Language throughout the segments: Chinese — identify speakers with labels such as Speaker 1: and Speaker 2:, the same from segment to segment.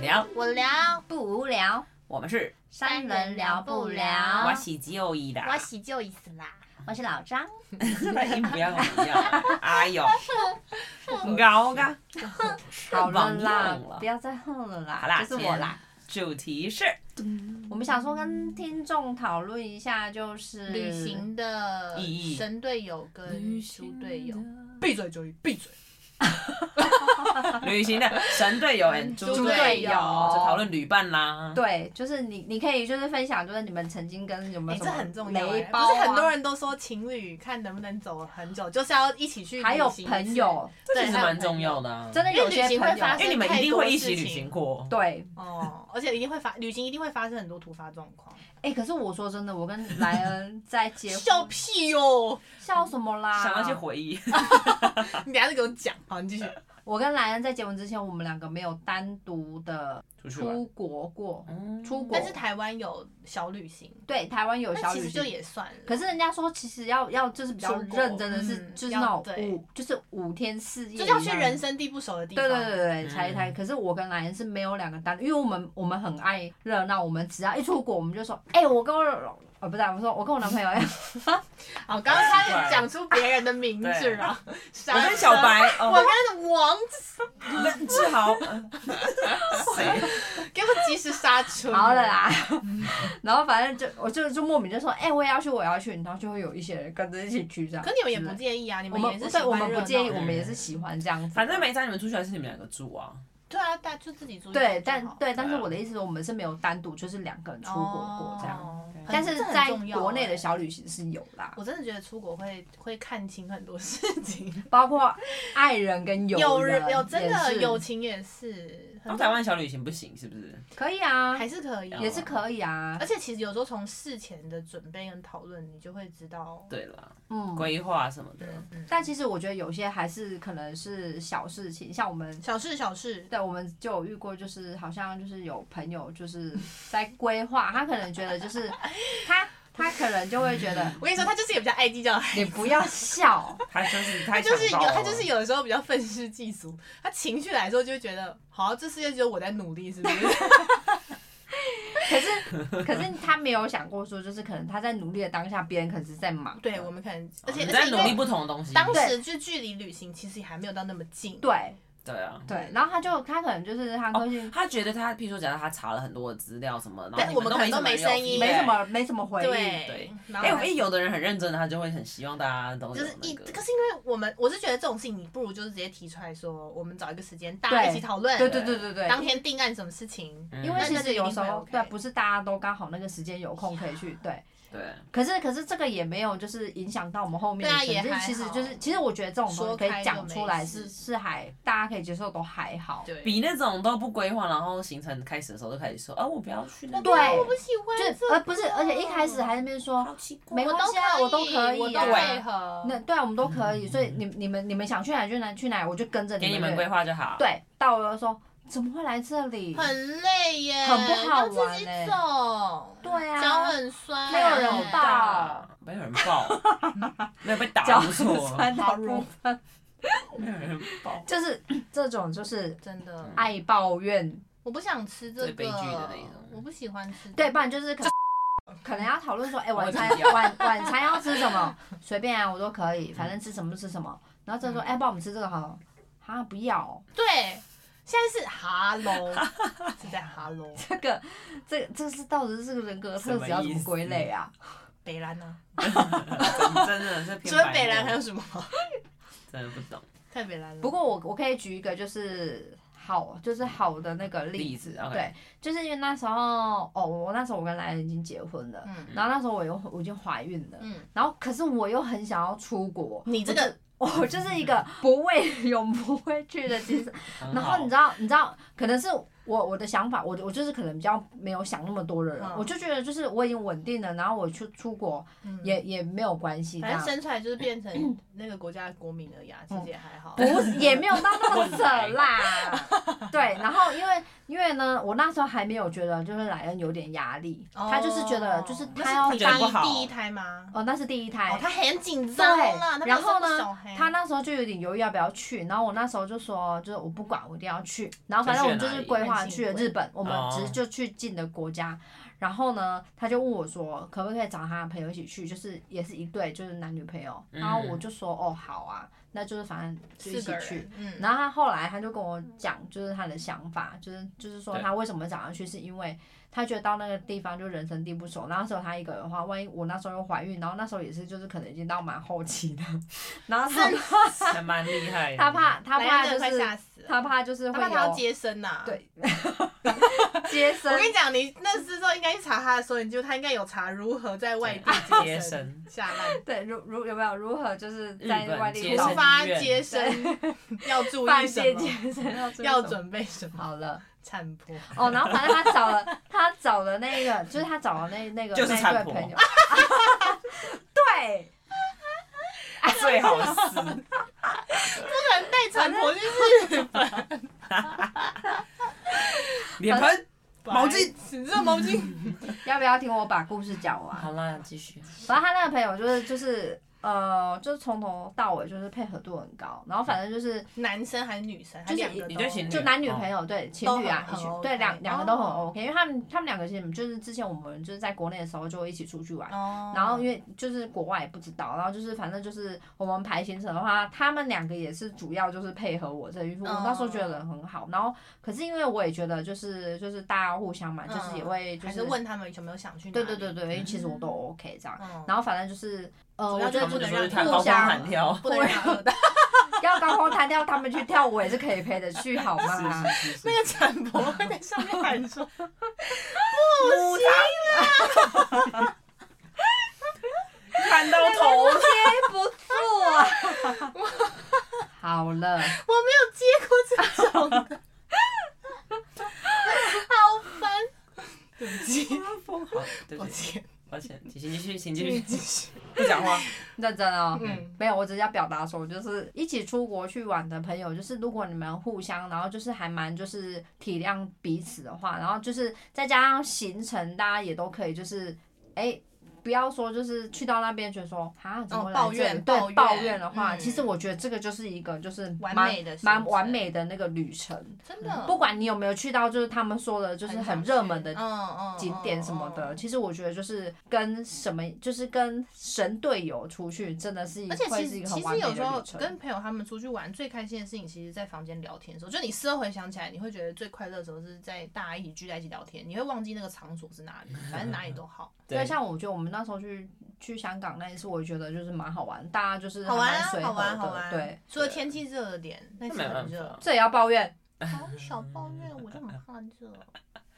Speaker 1: 聊，
Speaker 2: 不无聊，
Speaker 3: 我们是
Speaker 2: 三人聊不
Speaker 1: 好
Speaker 2: 聊
Speaker 3: 我。喜极有意的，
Speaker 1: 我喜就意思啦。
Speaker 2: 我是老张，
Speaker 3: 音不要跟我一样，哎 呦，熬啊！
Speaker 2: 好了
Speaker 3: 忘
Speaker 2: 啦
Speaker 3: 记，了
Speaker 2: 不要再哼了
Speaker 3: 好
Speaker 2: 啦，
Speaker 3: 啦，
Speaker 2: 就是我啦。
Speaker 3: 主题是
Speaker 2: 我们想说跟听众讨论一下，
Speaker 4: 嗯
Speaker 2: 就是
Speaker 1: 旅行的
Speaker 3: 意义
Speaker 1: 神队友跟猪队友，
Speaker 4: 闭嘴，九一，闭嘴。
Speaker 3: 旅行的神队友
Speaker 2: 嗯
Speaker 3: and 猪
Speaker 1: 猪
Speaker 3: 队
Speaker 1: 队
Speaker 3: 友，
Speaker 1: 友
Speaker 3: 就讨论旅伴啦。
Speaker 2: 对，就是你，你可以就是分享，就是你们曾经跟有没
Speaker 4: 哎、
Speaker 2: 有什
Speaker 4: 这
Speaker 2: 么
Speaker 4: 很重要、
Speaker 2: 雷
Speaker 4: 欸，
Speaker 2: 包、啊，
Speaker 4: 不是很多人都说情侣看能不能走很久，就是要一起去。
Speaker 2: 还有朋，友，
Speaker 3: 这其实
Speaker 4: 对
Speaker 3: 蛮重要的啊，
Speaker 2: 真的有
Speaker 1: 因为旅
Speaker 2: 些
Speaker 1: 行
Speaker 2: 朋
Speaker 1: 会
Speaker 2: 友
Speaker 1: 发，
Speaker 3: 因为
Speaker 1: 生
Speaker 3: 你们一定会一起旅行过。
Speaker 2: 对，
Speaker 4: 哦，而且一定会发，旅行一定会发生很多突发状况。
Speaker 2: 哎、可是我说真的，我跟莱恩在结婚，
Speaker 4: 笑屁哟、
Speaker 2: 笑什么啦？
Speaker 3: 啊想到一些回
Speaker 2: 啊
Speaker 3: 忆，
Speaker 4: 你等一下再给我讲。好，你继续。
Speaker 2: 我跟莱恩在结婚之前，我们两个没有单独的
Speaker 3: 出去玩，
Speaker 2: 出国过，
Speaker 3: 嗯
Speaker 2: 出国
Speaker 4: 但是台湾有小旅行，
Speaker 2: 对，台湾有
Speaker 4: 那
Speaker 2: 小
Speaker 4: 其
Speaker 2: 旅
Speaker 4: 实就
Speaker 2: 行。
Speaker 4: 也算了。
Speaker 2: 可是人家说，其实要要就是比较
Speaker 4: 出国
Speaker 2: 认真的是，
Speaker 4: 嗯
Speaker 2: 就是那种
Speaker 4: 要对
Speaker 2: 五，就是五天四夜一
Speaker 4: 就
Speaker 2: 样，
Speaker 4: 是要去人生地不熟的地方。
Speaker 2: 对对对对，
Speaker 3: 嗯
Speaker 2: 才才。可是我跟莱恩是没有两个单，因为我们我们很爱热闹，我们只要一出国，我们就说，哎、我跟我呃不是啊，我说我跟我男 朋友要，
Speaker 4: 好，刚刚差点讲出别人的名字了。
Speaker 3: 我
Speaker 4: 我
Speaker 3: 跟小， 白，
Speaker 4: 我
Speaker 3: 哦，
Speaker 4: 跟王，
Speaker 3: 跟志豪， 嗯谁？
Speaker 4: 给我及时刹车。
Speaker 2: 好了，啦， 然后反正就我就就莫名就说，哎、我也要去，我也要去，然后就会有一些人跟着一起去这样。
Speaker 4: 可你们也不介意啊，你
Speaker 2: 我
Speaker 4: 们
Speaker 2: 们
Speaker 4: 也是喜
Speaker 2: 对
Speaker 4: 欢
Speaker 2: 我们不介意，
Speaker 4: 热闹
Speaker 2: 我
Speaker 4: 的
Speaker 2: 们也是喜欢这样子。
Speaker 3: 反正每次你们出去还是你们两个住啊，
Speaker 4: 对啊，大家就自己住一间
Speaker 2: 对，
Speaker 4: 就
Speaker 2: 但
Speaker 4: 好。
Speaker 2: 对，但是我的意思，是我们是没有单独就是两个人出国过这样，
Speaker 4: 哦很
Speaker 2: 但是
Speaker 4: 这很
Speaker 2: 在
Speaker 4: 重要
Speaker 2: 国内
Speaker 4: 欸
Speaker 2: 的小旅行是有啦，
Speaker 4: 我真的觉得出国会会看清很 多事情，
Speaker 2: 包括爱人跟
Speaker 4: 有
Speaker 2: 人
Speaker 4: 人有真的
Speaker 2: 也是
Speaker 4: 友情也是，
Speaker 3: 然
Speaker 4: 很
Speaker 3: 后
Speaker 4: 多
Speaker 3: 台湾小旅行不行，是不是？
Speaker 2: 可以啊，
Speaker 4: 还是可以，
Speaker 2: 也是可以啊
Speaker 4: 而，且其实有时候从事前的准备跟讨论，你就会知道，
Speaker 3: 对啦，
Speaker 2: 嗯，
Speaker 3: 规划什么的，
Speaker 4: 嗯，
Speaker 2: 但其实我觉得有些还是可能是小事情，像我们。
Speaker 4: 小事小事，
Speaker 2: 对，我们就有遇过，就是好像就是有朋友就是在规 划，他可能觉得就是他他可能就会觉得哎
Speaker 4: 我跟你说，他就是也比较爱计较，
Speaker 2: 你不要笑，
Speaker 3: 他就是他
Speaker 4: 他就是有他就是有的时候比较愤世嫉俗，他情绪来说就会觉得，好，啊这世界只有我在努力，是不是？
Speaker 2: 可是可是他没有想过说，就是可能他在努力的当下，别人可能是在忙。
Speaker 4: 对我们可能，而且
Speaker 3: 哦你
Speaker 4: 而
Speaker 3: 在
Speaker 4: 且
Speaker 3: 努
Speaker 4: 因
Speaker 3: 力
Speaker 4: 为
Speaker 3: 不同的东西，
Speaker 4: 当时就距离旅行其实还没有到那么近，
Speaker 2: 对
Speaker 3: 对啊。
Speaker 2: 对，然后他就他可能就是他过去
Speaker 3: 他觉得他，譬如说，假如他查了很多的资料什么，然
Speaker 4: 但
Speaker 3: 后
Speaker 4: 我们可能
Speaker 3: 都
Speaker 4: 都没
Speaker 3: 什么
Speaker 4: 声音
Speaker 2: 没什
Speaker 3: feedback
Speaker 2: 么没什么回应，
Speaker 4: 对
Speaker 3: 对，
Speaker 4: 然
Speaker 3: 哎、
Speaker 4: 后
Speaker 3: 我一有的人很认真，他就会很希望大家都有
Speaker 4: 就是
Speaker 3: 那
Speaker 4: 一，
Speaker 3: 个
Speaker 4: 可是因为我们，我是觉得这种事情，你不如就是直接提出来说，我们找一个时间，大家
Speaker 2: 对
Speaker 4: 一起讨论，
Speaker 2: 对对对对对，
Speaker 4: 当天定案什么事情，
Speaker 3: 嗯
Speaker 2: 因为
Speaker 4: 那
Speaker 2: 其
Speaker 4: 那就
Speaker 2: 实
Speaker 4: 一定
Speaker 2: 有
Speaker 4: 会
Speaker 2: 时候
Speaker 4: OK
Speaker 2: 对，不是大家都刚好那个时间有空可以去对。
Speaker 3: 对，
Speaker 2: 可是可是这个也没有就是影响到我们后面的
Speaker 4: 对啊
Speaker 2: 成绩，
Speaker 4: 也还
Speaker 2: 其实
Speaker 4: 好
Speaker 2: 就是其实我觉得这种东西
Speaker 4: 说
Speaker 2: 可
Speaker 4: 开
Speaker 2: 以
Speaker 4: 就
Speaker 2: 讲出来
Speaker 4: 没
Speaker 2: 是
Speaker 4: 事
Speaker 2: 是还大家可以接受都还好，
Speaker 4: 对，
Speaker 3: 比那种都不规划，然后行程开始的时候就开始说，啊，我不要去那个，
Speaker 2: 对
Speaker 4: 我呃不喜欢
Speaker 2: 就是
Speaker 4: 这个，
Speaker 2: 而不是而且一开始还在那边说
Speaker 3: 好奇怪，
Speaker 2: 没
Speaker 4: 我
Speaker 2: 关
Speaker 4: 都
Speaker 2: 系啊，我
Speaker 4: 都
Speaker 2: 都可
Speaker 4: 以，我
Speaker 2: 以
Speaker 4: 都配
Speaker 2: 啊，
Speaker 4: 合，
Speaker 2: 那对啊，我们都可以，所以你你们你们想去哪去哪去哪，我就跟着
Speaker 3: 给你
Speaker 2: 们
Speaker 3: 们规划就好。，
Speaker 2: 对，到了说怎么会来这里？
Speaker 4: 很累耶，
Speaker 2: 很不好
Speaker 4: 要
Speaker 2: 玩
Speaker 4: 自己
Speaker 2: 欸
Speaker 4: 走，
Speaker 2: 对啊
Speaker 4: 脚很酸，
Speaker 2: 没有人抱
Speaker 3: 打，没有人抱， 没有被打
Speaker 2: 脚
Speaker 3: 不错，
Speaker 2: 酸到
Speaker 4: 好
Speaker 2: 部
Speaker 4: 弱
Speaker 2: 分，
Speaker 3: 没有人抱，
Speaker 2: 就是这种就是
Speaker 4: 真的，
Speaker 2: 爱抱怨，
Speaker 4: 我不想吃
Speaker 3: 嗯
Speaker 4: 这
Speaker 3: 最悲剧的
Speaker 4: 个
Speaker 3: 那种，
Speaker 4: 我不喜欢吃这个，
Speaker 2: 对，不然就是可可能要讨论说，哎、晚
Speaker 3: 我
Speaker 2: 餐
Speaker 3: 会比较
Speaker 2: 晚晚餐要吃什么？随便啊，我都可以，反正吃什么就吃什么。然后再
Speaker 3: 嗯
Speaker 2: 说，哎、帮我们吃这个好了。啊，不要哦、
Speaker 4: 对，现在是哈 喽，是在哈喽，
Speaker 2: 这个，这个这是到底是这个人格特质要怎么归类啊？
Speaker 4: 北兰呢？
Speaker 3: 真的是偏
Speaker 4: 除
Speaker 3: 白
Speaker 4: 了
Speaker 3: 目
Speaker 4: 北兰还有什么？
Speaker 3: 真的不懂
Speaker 4: 太北兰了。
Speaker 2: 不过我我可以举一个就是好就是好的那个例
Speaker 3: 例
Speaker 2: 子，
Speaker 3: 子，OK，
Speaker 2: 对，就是因为那时候哦，我那时候我跟莱恩已经结婚了，
Speaker 4: 嗯
Speaker 2: 然后那时候我又我已经怀孕了，
Speaker 4: 嗯，
Speaker 2: 然后可是我又很想要出国，
Speaker 4: 你这个
Speaker 2: 我就是一
Speaker 4: 嗯
Speaker 2: 个不畏 勇不畏惧的精神。
Speaker 3: 很
Speaker 2: 然
Speaker 3: 好
Speaker 2: 后你知道，你知道，可能是我我的想法，我我就是可能比较没有想那么多的人，
Speaker 4: 嗯
Speaker 2: 我就觉得就是我已经稳定了，然后我去出国
Speaker 4: 嗯
Speaker 2: 也也没有关系，这
Speaker 4: 反正
Speaker 2: 样
Speaker 4: 生出来就是变成那个国家的国民而已啊，其实也还好。
Speaker 2: 不是也没有到那么扯啦。 对，然后因为因为呢，我那时候还没有觉得就是莱恩有点压力，
Speaker 4: 哦
Speaker 2: 他就是觉得就是
Speaker 4: 那
Speaker 2: 他要
Speaker 4: 你
Speaker 3: 觉得不
Speaker 4: 当
Speaker 3: 好
Speaker 4: 第一胎吗？
Speaker 2: 哦，那是第一胎，
Speaker 4: 哦，他很紧
Speaker 2: 对
Speaker 4: 张啦。，
Speaker 2: 然后呢，他
Speaker 4: 他
Speaker 2: 那时候就有点犹豫要不要去，然后我那时候就说，就是我不管，我一定要去。然后反正我们就是规划话去了日本，我们
Speaker 3: 哦
Speaker 2: 只是就去近的国家。然后呢，他就问我说，可不可以找他的朋友一起去，就是也是一对，就是男女朋友。然后我就说，哦，好啊，那就是反正就一
Speaker 4: 四
Speaker 2: 起
Speaker 4: 个
Speaker 2: 去。
Speaker 4: 人，嗯，
Speaker 2: 然后他后来他就跟我讲，就是他的想法，就是就是说
Speaker 3: 对
Speaker 2: 他为什么想要去，是因为他觉得到那个地方就人生地不熟，然后只有他一个人的话，万一我那时候又怀孕，然后那时候也是就是可能已经到蛮后期 的，然后他
Speaker 3: 还蛮厉害的。
Speaker 2: 他怕他
Speaker 4: 莱
Speaker 2: 怕
Speaker 4: 恩
Speaker 2: 就
Speaker 4: 真
Speaker 2: 是
Speaker 4: 的快吓死了，
Speaker 2: 他怕就是会
Speaker 4: 他怕他要
Speaker 2: 有
Speaker 4: 接生呐，
Speaker 2: 对 接
Speaker 4: 我
Speaker 2: 生
Speaker 4: 跟你讲，你那时候应该去查他的时候，你就他应该有查如何在外地
Speaker 3: 接
Speaker 4: 接
Speaker 3: 生
Speaker 4: 生下烂，
Speaker 2: 对如如有没有如何就是在
Speaker 3: 日本
Speaker 2: 外
Speaker 3: 接
Speaker 2: 地
Speaker 3: 生
Speaker 2: 找
Speaker 4: 突发接生 要注
Speaker 2: 饭
Speaker 4: 意什
Speaker 2: 店
Speaker 4: 么，
Speaker 2: 接生要注意
Speaker 4: 要
Speaker 2: 什么
Speaker 4: 准备什么，
Speaker 2: 好了
Speaker 4: 产婆。
Speaker 2: 哦，然后反正他找了他找的那个就是他找的那那个
Speaker 3: 就是
Speaker 2: 那一
Speaker 3: 产
Speaker 2: 对
Speaker 3: 婆
Speaker 2: 朋友，对。
Speaker 3: 最好是，
Speaker 4: 带产婆 去
Speaker 3: 脸盆。毛巾，
Speaker 4: 这毛巾。
Speaker 2: 要不要听我把故事讲完？
Speaker 3: 好啦，继续。
Speaker 2: 反正他那个朋友就是就是呃，就是从头到尾就是配合度很高，然后反正就是
Speaker 4: 男生还是女生？
Speaker 2: 就是
Speaker 4: 还两个都
Speaker 3: 你就情侣
Speaker 2: 就男女朋友对情侣啊，
Speaker 4: 嗯都很
Speaker 2: 一群
Speaker 4: 很 OK
Speaker 2: 对两两个都很
Speaker 4: 哦
Speaker 2: OK，因为他们他们两个其实就是之前我们就是在国内的时候就会一起出去玩。
Speaker 4: 哦
Speaker 2: 然后因为就是国外也不知道，然后就是反正就是我们排行程的话，他们两个也是主要就是配合我这一副。我那时候觉得
Speaker 4: 哦
Speaker 2: 人很好，然后可是因为我也觉得就是就是大家互相嘛，就是也会就
Speaker 4: 嗯还
Speaker 2: 是
Speaker 4: 是问他们有没有想去
Speaker 2: 嗯
Speaker 4: 哪
Speaker 2: 对
Speaker 4: 里。
Speaker 2: 对对对，因为其实我都 OK 这样。
Speaker 4: 嗯。
Speaker 2: 然后反正就是，呃，
Speaker 4: 主
Speaker 2: 我
Speaker 4: 要
Speaker 2: 觉
Speaker 4: 就
Speaker 2: 得
Speaker 4: 是
Speaker 2: 就
Speaker 4: 不
Speaker 2: 是
Speaker 4: 能
Speaker 3: 他们就说他
Speaker 4: 让他
Speaker 2: 互
Speaker 3: 高空
Speaker 2: 相
Speaker 3: 弹跳，
Speaker 4: 不能让他饿
Speaker 2: 啊
Speaker 4: 到
Speaker 2: 要高空弹跳，他们去跳，我也是可以陪着去，好吗？
Speaker 3: 是是
Speaker 4: 那个产婆会在上面喊说
Speaker 3: 看到头了，
Speaker 2: 接不住啊！好了，：“
Speaker 4: 我没有接过这种的。”好烦。对 不起，
Speaker 3: 好对不
Speaker 4: 抱
Speaker 3: 起，
Speaker 4: 歉，
Speaker 3: 抱歉，请继续，请
Speaker 4: 继
Speaker 3: 继
Speaker 4: 续
Speaker 3: 续，
Speaker 4: 继续。
Speaker 3: 不讲话。
Speaker 2: 认真哦。
Speaker 4: 嗯，
Speaker 2: 没有，我只是要表达说，就是一起出国去玩的朋友，就是如果你们互相，然后就是还蛮就是体谅彼此的话，然后就是再加上行程，大家也都可以就是，哎，不要说就是去到那边觉得说啊怎么会来
Speaker 4: 抱
Speaker 2: 这里
Speaker 4: 怨
Speaker 2: 对
Speaker 4: 抱怨
Speaker 2: 抱怨的话，
Speaker 4: 嗯
Speaker 2: 其实我觉得这个就是一个就是
Speaker 1: 完
Speaker 2: 蛮
Speaker 1: 美的行
Speaker 2: 蛮
Speaker 1: 程
Speaker 2: 完美的那个旅程，
Speaker 4: 真的
Speaker 2: 不管你有没有去到，就是他们说的，就是很热门的
Speaker 4: 嗯嗯
Speaker 2: 景点什么的，。其实我觉得就是跟什么，就是跟神队友出去，真的是一
Speaker 4: 而且
Speaker 2: 会
Speaker 4: 其
Speaker 2: 是一
Speaker 4: 实
Speaker 2: 个
Speaker 4: 其
Speaker 2: 很完
Speaker 4: 实
Speaker 2: 美的
Speaker 4: 有时候
Speaker 2: 旅程。
Speaker 4: 跟朋友他们出去玩，最开心的事情，其实在房间聊天的时候，就你事后回想起来，你会觉得最快乐的时候是在大家一起聚在一起聊天，你会忘记那个场所是哪里，反正哪里都好，
Speaker 2: 对，像我觉得我们那时候去去香港那一次，我觉得就是蛮好玩，大家就是
Speaker 4: 好玩啊，
Speaker 2: 还蛮随
Speaker 4: 好
Speaker 2: 和
Speaker 4: 玩，
Speaker 2: 的，
Speaker 4: 好玩。
Speaker 2: 对。
Speaker 4: 除了天气热了点，那次
Speaker 3: 没
Speaker 4: 很
Speaker 3: 办
Speaker 4: 热
Speaker 3: 法，
Speaker 2: 这也要抱怨，
Speaker 4: 好小 抱怨，我就很怕热，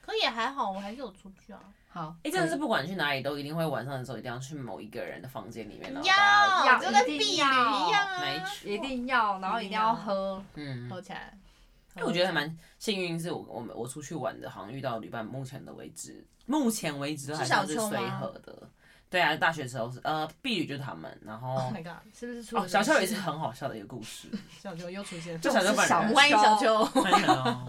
Speaker 4: 可也还好，我还是有出去啊。
Speaker 2: 好，
Speaker 3: 哎，真的是不管去哪里都一定会晚上的时候一定要去某一个人的房间里面，然后大家
Speaker 4: 要，就跟
Speaker 2: 一定
Speaker 4: 避雨一
Speaker 2: 要
Speaker 4: 样
Speaker 3: 没
Speaker 4: 啊，
Speaker 2: 一定要，然后一定要喝，
Speaker 3: 嗯。
Speaker 4: 合起来。
Speaker 3: 因为我觉得还蛮幸运，是我我们我出去玩的，好像遇到旅伴，目前的为止，目前为止都还算是随和的。对啊，大学时候是呃，避旅就是他们，然后
Speaker 4: Oh my god，是不是出 了
Speaker 3: 哦，小秋也是
Speaker 4: 事
Speaker 3: 很好笑的一个故 事，
Speaker 4: 小秋又出现了，
Speaker 3: 就小秋本
Speaker 2: 小
Speaker 3: 人，
Speaker 4: 欢迎小秋。啊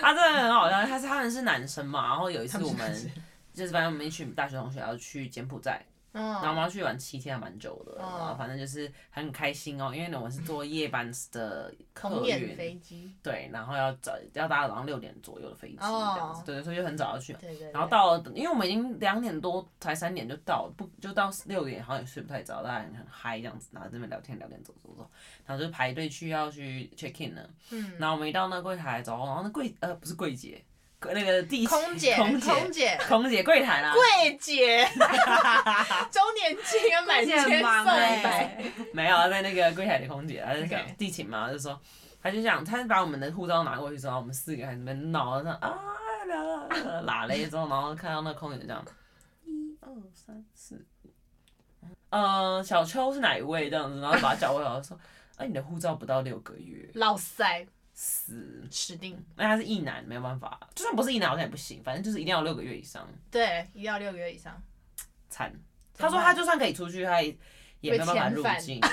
Speaker 3: 他真的很好笑，他是他们是男生嘛，然后有一次我
Speaker 4: 他们是
Speaker 3: 们
Speaker 4: 男。
Speaker 3: 就是反正我们一群大学同学要去柬埔寨，然后我
Speaker 4: 嗯，
Speaker 3: 们要去玩七天，还蛮久的。然
Speaker 4: 哦
Speaker 3: 后反正就是很开心哦，因为呢我们是坐夜班的客
Speaker 4: 红眼
Speaker 3: 运，
Speaker 4: 飞机，
Speaker 3: 对，然后要早要搭早上六点左右的飞机这样子
Speaker 4: 哦，
Speaker 3: 对，所以就很早要去。
Speaker 4: 对对对。
Speaker 3: 然后到了，因为我们已经两点多才三点就到了，不就到六点，好像也睡不太着，大家很嗨这样子，然后这边聊天聊天走走走，然后就排队去要去 check in 呢。
Speaker 4: 嗯，
Speaker 3: 然后我们一到那柜台之后，然后那柜呃不是柜姐，柜那个地
Speaker 4: 空姐，
Speaker 3: 空姐
Speaker 4: 空姐，
Speaker 3: 空姐柜台啦，
Speaker 4: 柜姐，周年庆跟满
Speaker 2: 而且
Speaker 4: 千
Speaker 2: 很忙
Speaker 4: 送
Speaker 2: 哎
Speaker 4: 百，
Speaker 3: 没有在那个柜台的空姐，她在讲
Speaker 4: OK
Speaker 3: 地勤嘛，就说她就讲，她把我们的护照拿过去之后，我们四个还在那边闹，然后啊啦啦啦啦嘞之后，然后看到那空姐就这样，一二三四，呃，小秋是哪一位这样子，然后把她叫过来，我就说，啊，你的护照不到六个月，
Speaker 4: 老塞，
Speaker 3: 死，
Speaker 4: 指定，
Speaker 3: 那他是一男，没有办法，就算不是一男好像也不行，反正就是一定要六个月以上，
Speaker 4: 对，一定要六个月以上，
Speaker 3: 惨。他说他就算可以出去，他也也没有办法入
Speaker 4: 被遣返
Speaker 3: 境。对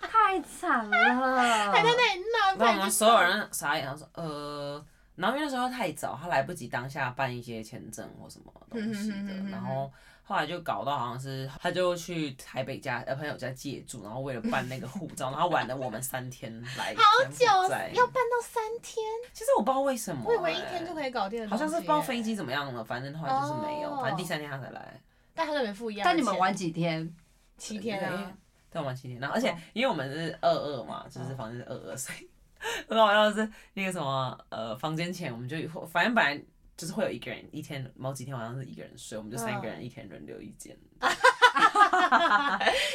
Speaker 2: 太惨 了。
Speaker 4: 还在那里闹，
Speaker 3: 那我
Speaker 4: 快
Speaker 3: 们
Speaker 4: 点
Speaker 3: 所有人傻眼，他说呃，然后因为那时候太早，他来不及当下办一些签证或什么东西
Speaker 4: 嗯哼哼
Speaker 3: 的
Speaker 4: 哼，哼
Speaker 3: 然后后来就搞到好像是他就去台北家呃朋友家借住，然后为了办那个护 照，然后晚了我们三天来
Speaker 1: 好久
Speaker 3: 柬埔寨
Speaker 1: 要办到三天，
Speaker 3: 其实我不知道为什么、欸
Speaker 4: 我以为一天就可以搞定的
Speaker 3: 好
Speaker 4: 东西耶，
Speaker 3: 像是不知道飞机怎么样了，反正后来就是没有，
Speaker 1: 哦
Speaker 3: 反正第三天他才来，
Speaker 4: 但他都没付一样的
Speaker 2: 但
Speaker 4: 钱。
Speaker 2: 你们玩几天？
Speaker 4: 七天啊？
Speaker 3: 但我们七天，然后而且因为我们是二二嘛，就是房间是二二， 所以很好笑的是那个什么呃房间前我们就反正本来就是会有一个人一天某几天晚上是一个人睡，我们就三个人一天轮流一 间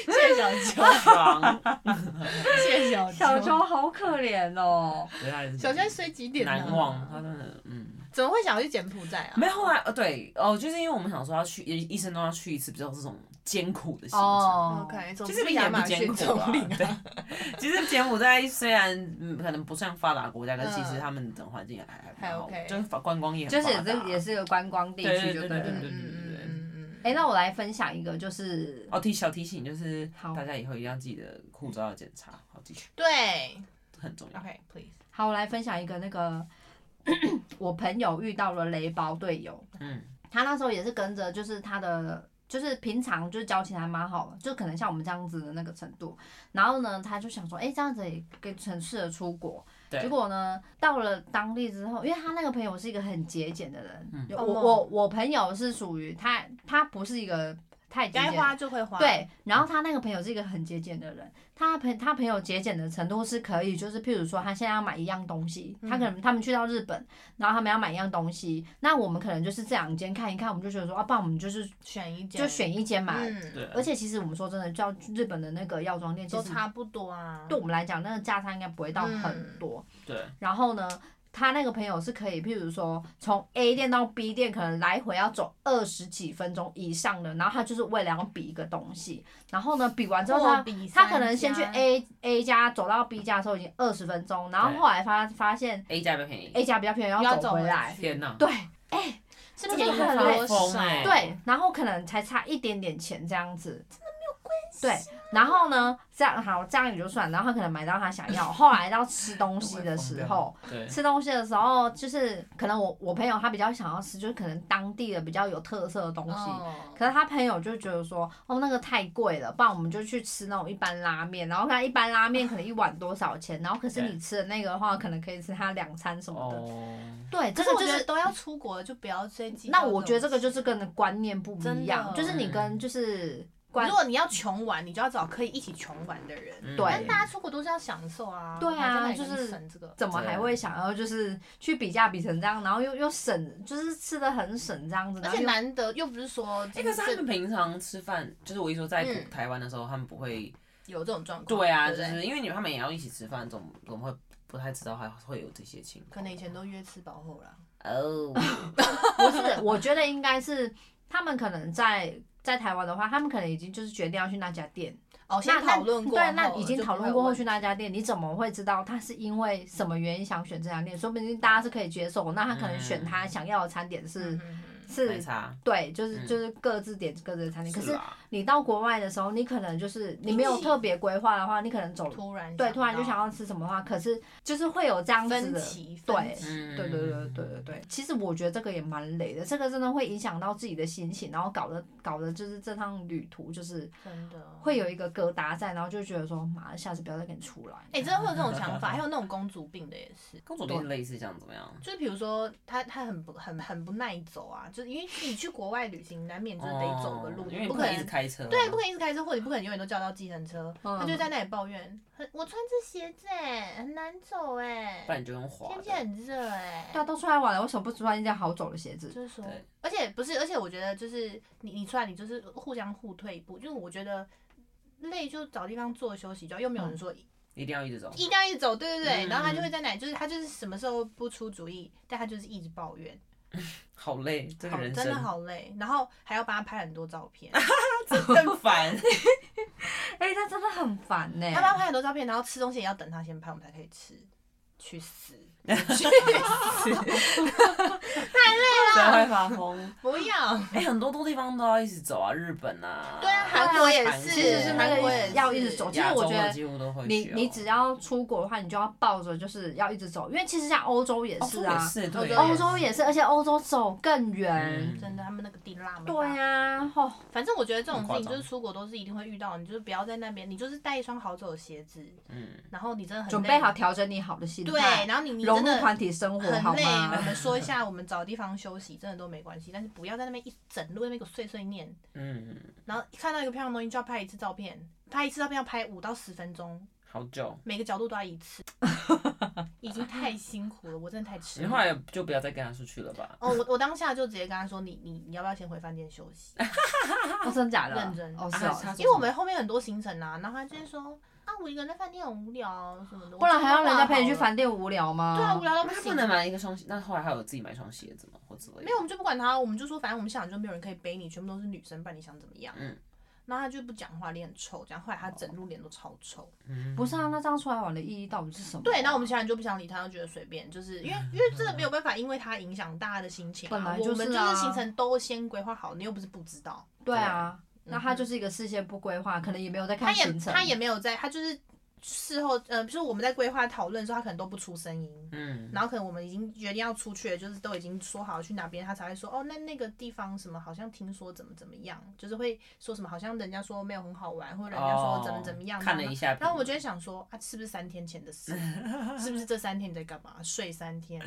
Speaker 4: 谢小秋，
Speaker 3: 床，
Speaker 4: 谢小秋，
Speaker 2: 小秋好可怜哦，
Speaker 3: 对他也是
Speaker 4: 小秋睡几点啊
Speaker 3: 难忘，他真的嗯。
Speaker 4: 怎么会想要去柬埔寨啊？
Speaker 3: 没有后来呃对哦，就是因为我们想说要去一一生都要去一次比较这种艰苦的行程，
Speaker 2: 哦，
Speaker 4: ，OK，总
Speaker 3: 其
Speaker 4: 之
Speaker 3: 实
Speaker 4: 亚
Speaker 3: 也不
Speaker 4: 马
Speaker 3: 艰
Speaker 4: 逊
Speaker 3: 苦
Speaker 4: 丛
Speaker 3: 啊
Speaker 4: 林，啊，
Speaker 3: 对。其实柬埔寨虽然嗯可能不像发达国家，但
Speaker 4: 嗯
Speaker 3: 其实他们整环境还还蛮好
Speaker 4: 还 OK
Speaker 3: 就是观光业很
Speaker 2: 就是
Speaker 3: 发
Speaker 2: 也
Speaker 3: 达
Speaker 2: 是也是个观光地区，就
Speaker 3: 对
Speaker 2: 对了
Speaker 3: 对。对对
Speaker 4: 嗯
Speaker 2: 哎，那我来分享一个，就是
Speaker 3: 哦提小提醒就是
Speaker 2: 好
Speaker 3: 大家以后一定要记得护照要检查，好继续
Speaker 4: 对
Speaker 3: 很重要。
Speaker 4: ，OK，please，
Speaker 2: 好，我来分享一个那个我朋友遇到了雷包队友，
Speaker 3: 嗯，
Speaker 2: 他那时候也是跟着，就是他的，就是平常就是交情还蛮好的，就可能像我们这样子的那个程度。然后呢，他就想说，哎、这样子也可以很适合出国。
Speaker 3: 对
Speaker 2: 结果呢，到了当地之后，因为他那个朋友是一个很节俭的人，
Speaker 3: 嗯
Speaker 2: 就
Speaker 4: 哦
Speaker 2: 我我我朋友是属于他，他不是一个太节
Speaker 4: 该
Speaker 2: 俭的
Speaker 4: 花就会花，，
Speaker 2: 对，然后他那个朋友是一个很节俭的人，他朋他朋友节俭的程度是可以，就是譬如说他现在要买一样东西，他可能他们去到日本，然后他们要买一样东西，那我们可能就是这两间看一看，我们就觉得说，啊，不然我们就是
Speaker 4: 选一件
Speaker 2: 就选一间买。
Speaker 4: 嗯，
Speaker 3: 对。
Speaker 2: 而且其实我们说真的，叫日本的那个药妆店，其
Speaker 4: 都
Speaker 2: 实
Speaker 4: 差不多啊，
Speaker 2: 对我们来讲，那个价差应该不会到
Speaker 4: 嗯
Speaker 2: 很多。
Speaker 3: 对，
Speaker 2: 然后呢，他那个朋友是可以，譬如说从 A 店到 B 店，可能来回要走二十几分钟以上的，然后他就是为了要比一个东西，然后呢，比完之后
Speaker 4: 货
Speaker 2: 他。
Speaker 4: 比
Speaker 2: 他
Speaker 4: 三家，
Speaker 2: 可能先去 A A 家走到 B 家的时候已经二十分钟，然后
Speaker 3: 对
Speaker 2: 后来发发现
Speaker 3: A 加比较便宜，
Speaker 2: A 家比较便宜，
Speaker 4: 要
Speaker 2: 要走
Speaker 4: 走
Speaker 2: 回
Speaker 4: 回
Speaker 2: 来
Speaker 4: 去。
Speaker 3: 天哪！
Speaker 2: 对哎
Speaker 4: 是
Speaker 2: 这
Speaker 4: 便
Speaker 2: 个
Speaker 4: 宜
Speaker 2: 很
Speaker 4: 多
Speaker 3: 疯
Speaker 4: 少？
Speaker 3: 欸
Speaker 2: 对，然后可能才差一点点钱这样子，真的没有关系。对，然后呢，这样好，这样也就算。然后他可能买到他想要，后来到吃东西的时候，
Speaker 3: 对，
Speaker 2: 吃东西的时候，就是可能我我朋友他比较想要吃，就是可能当地的比较有特色的东西。
Speaker 4: 哦
Speaker 2: 可是他朋友就觉得说，哦，那个太贵了，不然我们就去吃那种一般拉面。然后他一般拉面可能一碗多少钱，然后可是
Speaker 3: 对
Speaker 2: 你吃的那个的话，可能可以吃他两餐什么的。
Speaker 3: 哦，
Speaker 2: 对，
Speaker 4: 可
Speaker 2: 这
Speaker 4: 是
Speaker 2: 个
Speaker 4: 我
Speaker 2: 就
Speaker 4: 觉得
Speaker 2: 是。
Speaker 4: 都要出国了，就不要追计较
Speaker 2: 那
Speaker 4: 种
Speaker 2: 我觉得这个就
Speaker 4: 事
Speaker 2: 是跟观念不一样，
Speaker 4: 真的嗯
Speaker 2: 就是你跟就是观
Speaker 4: 如果你要穷玩，你就要找可以一起穷玩的人。
Speaker 3: 嗯
Speaker 2: 对
Speaker 4: 但大家出国都是要享受啊，
Speaker 2: 对啊
Speaker 4: 我还在那里跟你
Speaker 2: 就是
Speaker 4: 省这个。
Speaker 2: 怎么还会想要就是去比价比成这样，然后又又省，就是吃的很省这样子，
Speaker 4: 而
Speaker 2: 然后
Speaker 4: 且
Speaker 2: 又
Speaker 4: 难得又不是说
Speaker 3: 这个哎是他
Speaker 4: 真
Speaker 3: 们平常吃饭，就是我一说在
Speaker 4: 嗯
Speaker 3: 台湾的时候，他们不会
Speaker 4: 有这种状况。
Speaker 3: 对啊，
Speaker 4: 不
Speaker 3: 就
Speaker 4: 对
Speaker 3: 是因为你们他们也要一起吃饭，总总会不太知道还会有这些情况。
Speaker 4: 可能以前都约吃饱后啦。
Speaker 3: 哦，
Speaker 2: 不是，我觉得应该是他们可能在在台湾的话，他们可能已经就是决定要去那家店。那
Speaker 4: 哦，先
Speaker 2: 那
Speaker 4: 讨论过后，
Speaker 2: 对，那已经
Speaker 4: 就不
Speaker 2: 讨
Speaker 4: 会
Speaker 2: 论
Speaker 4: 有
Speaker 2: 过后
Speaker 4: 问
Speaker 2: 去那家店，你怎么会知道他是因为什么原因想选这家店？说不定大家是可以接受，那他可能选他想要的餐点
Speaker 4: 题
Speaker 2: 是、
Speaker 4: 嗯嗯嗯
Speaker 3: 没
Speaker 2: 是。
Speaker 3: 差。
Speaker 2: 对，就是
Speaker 3: 嗯啊
Speaker 2: 就是各自点各自的餐点。可是
Speaker 3: 啦
Speaker 2: 你到国外的时候，你可能就是你没有
Speaker 4: 一起
Speaker 2: 特别规划的话，你可能走
Speaker 4: 嗯突然
Speaker 2: 对，
Speaker 4: 到
Speaker 2: 突然就想要吃什么的话，可是就是会有这样子
Speaker 4: 分
Speaker 2: 的
Speaker 4: 歧，
Speaker 2: 对
Speaker 4: 分歧
Speaker 3: 嗯
Speaker 2: 对对对对对对，其实我觉得这个也蛮累的，这个真的会影响到自己的心情，然后搞得搞得就是这趟旅途就是
Speaker 4: 真的哦
Speaker 2: 会有一个疙瘩在，然后就觉得说妈的，下次不要再跟你出来。
Speaker 4: 哎，真的会有这种想法，还有那种公主病的也是。
Speaker 3: 公主病类似这样怎么样？
Speaker 4: 就是比如说他他很不很很不耐走啊，就是因为你去国外旅行难免就是得走个路，
Speaker 3: 哦因为
Speaker 4: 不
Speaker 3: 不
Speaker 4: 可
Speaker 3: 能一直
Speaker 4: 能。
Speaker 3: 开车。
Speaker 4: 对，不可能一直开车，或者你不可能永远都叫到计程车。
Speaker 2: 嗯
Speaker 4: 他就在那里抱怨，很我穿这鞋子哎、很难走哎、
Speaker 3: 不然你就用滑
Speaker 4: 天
Speaker 3: 的。
Speaker 4: 气很热哎、
Speaker 2: 对啊，都出来玩了，为什么不穿一件好走的鞋子？
Speaker 4: 就是说
Speaker 3: 对，
Speaker 4: 而且不是，而且我觉得就是你你出来，你就是互相互退一步，就是我觉得累就找地方坐休息就好，又没有人说一
Speaker 3: 一定要一直走。
Speaker 4: 定要一直走，对对对，
Speaker 3: 嗯
Speaker 4: 然后他就会在那里，就是他就是什么时候不出主意，但他就是一直抱怨，
Speaker 3: 好累，这个
Speaker 4: 好
Speaker 3: 人
Speaker 4: 真的
Speaker 3: 生
Speaker 4: 好累，然后还要帮他拍很多照 片，
Speaker 3: 更烦。
Speaker 2: 哎、那真的很烦呢、
Speaker 4: 他帮他拍很多照片，然后吃东西也要等他先拍，我们才可以吃。去死！
Speaker 3: 真会发疯。
Speaker 4: 不要，
Speaker 3: 哎、很多多地方都要一直走啊，日本啊，
Speaker 4: 对啊
Speaker 1: 韩国也
Speaker 3: 其
Speaker 1: 是，
Speaker 2: 实是那
Speaker 1: 韩国
Speaker 2: 个
Speaker 1: 也是
Speaker 2: 要一直走，其实
Speaker 3: 亚洲
Speaker 2: 我觉
Speaker 3: 的
Speaker 2: 得。
Speaker 3: 几乎都会去
Speaker 2: 你
Speaker 3: 哦
Speaker 2: 你只要出国的话，你就要抱着就是要一直走，因为其实像欧洲也
Speaker 3: 哦
Speaker 2: 是啊，
Speaker 3: 是对
Speaker 1: 对
Speaker 2: 欧洲也是，而且欧洲走更远。
Speaker 3: 嗯
Speaker 4: 真的，他们那个地辣嘛。
Speaker 2: 对呀、啊，哦，
Speaker 4: 反正我觉得这种
Speaker 3: 很
Speaker 4: 事
Speaker 3: 夸
Speaker 4: 情
Speaker 3: 张
Speaker 4: 就是出国都是一定会遇到，你就是不要在那边，你就是带一双好走的鞋子，
Speaker 3: 嗯，
Speaker 4: 然后你真的很累
Speaker 2: 准备好调整你好的心
Speaker 4: 对
Speaker 2: 态，，
Speaker 4: 然后你你
Speaker 2: 融
Speaker 4: 真
Speaker 2: 入
Speaker 4: 的
Speaker 2: 团体生活，好
Speaker 4: 很累，我
Speaker 2: 吗？
Speaker 4: 们说一下，我们找地方休息真的都没关系，但是不要在那边一整路在那边给我碎碎念，
Speaker 3: 嗯，
Speaker 4: 然后看到一个漂亮的东西就要拍一次照片，拍一次照片要拍五到十分钟，
Speaker 3: 好久。
Speaker 4: 每个角度都要一 次，已经太辛苦了，我真的太吃
Speaker 3: 你
Speaker 4: 力
Speaker 3: 后。来就不要再跟他出去了吧。
Speaker 4: 哦，我我当下就直接跟他说，你你你要不要先回饭店休息？
Speaker 2: 哦，真的假的？
Speaker 4: 认真
Speaker 2: 哦，
Speaker 3: 啊
Speaker 2: 是哦
Speaker 3: 他，
Speaker 4: 因为我们后面很多行程啊，然后他就会说啊，我一个人在饭店很无聊啊什么的，
Speaker 2: 不然还要人家陪你去
Speaker 4: 饭，
Speaker 2: 饭店哦无聊吗？
Speaker 4: 对啊，无聊到
Speaker 3: 那
Speaker 4: 不
Speaker 3: 他
Speaker 4: 行
Speaker 3: 不。能买一个双鞋，那后来还有自己买一双鞋子吗？或之类的？
Speaker 4: 没有，我，们就不管他，我们就说反正我们现场就没有人可以背你，全部都是女生，不然你想怎么样？
Speaker 3: 嗯
Speaker 4: 然后他就不讲话，脸很臭，这样后来他
Speaker 2: 哦
Speaker 4: 整路脸都超臭。
Speaker 3: 嗯
Speaker 2: 不是啊，那这样出来玩的意义到底是什么？
Speaker 4: 对，然后我们其他人就不想理他，就觉得随便，就是因为因为真的没有办法，因为他影响大家的心情、啊。
Speaker 2: 本来
Speaker 4: 我
Speaker 2: 就是
Speaker 4: 们就
Speaker 2: 啊
Speaker 4: 是行程都先规划好，你又不是不知道。
Speaker 2: 对啊，
Speaker 4: 对
Speaker 2: 那他就是一个事先不规划，可能也没有在
Speaker 4: 他
Speaker 2: 看
Speaker 4: 也
Speaker 2: 行程，
Speaker 4: 他也没有在，他就是事后呃，就是我们在规划讨论的时候，他可能都不出声音。
Speaker 3: 嗯，
Speaker 4: 然后可能我们已经决定要出去了，就是都已经说好去哪边，他才会说哦，那那个地方什么好像听说怎么怎么样，就是会说什么好像人家说没有很好玩，或者人家说怎么怎么样。
Speaker 3: 哦看了
Speaker 4: 然后
Speaker 3: 一下，
Speaker 4: 然后我就会想说啊，是不是三天前的事？是不是这三天你在干嘛？睡三天，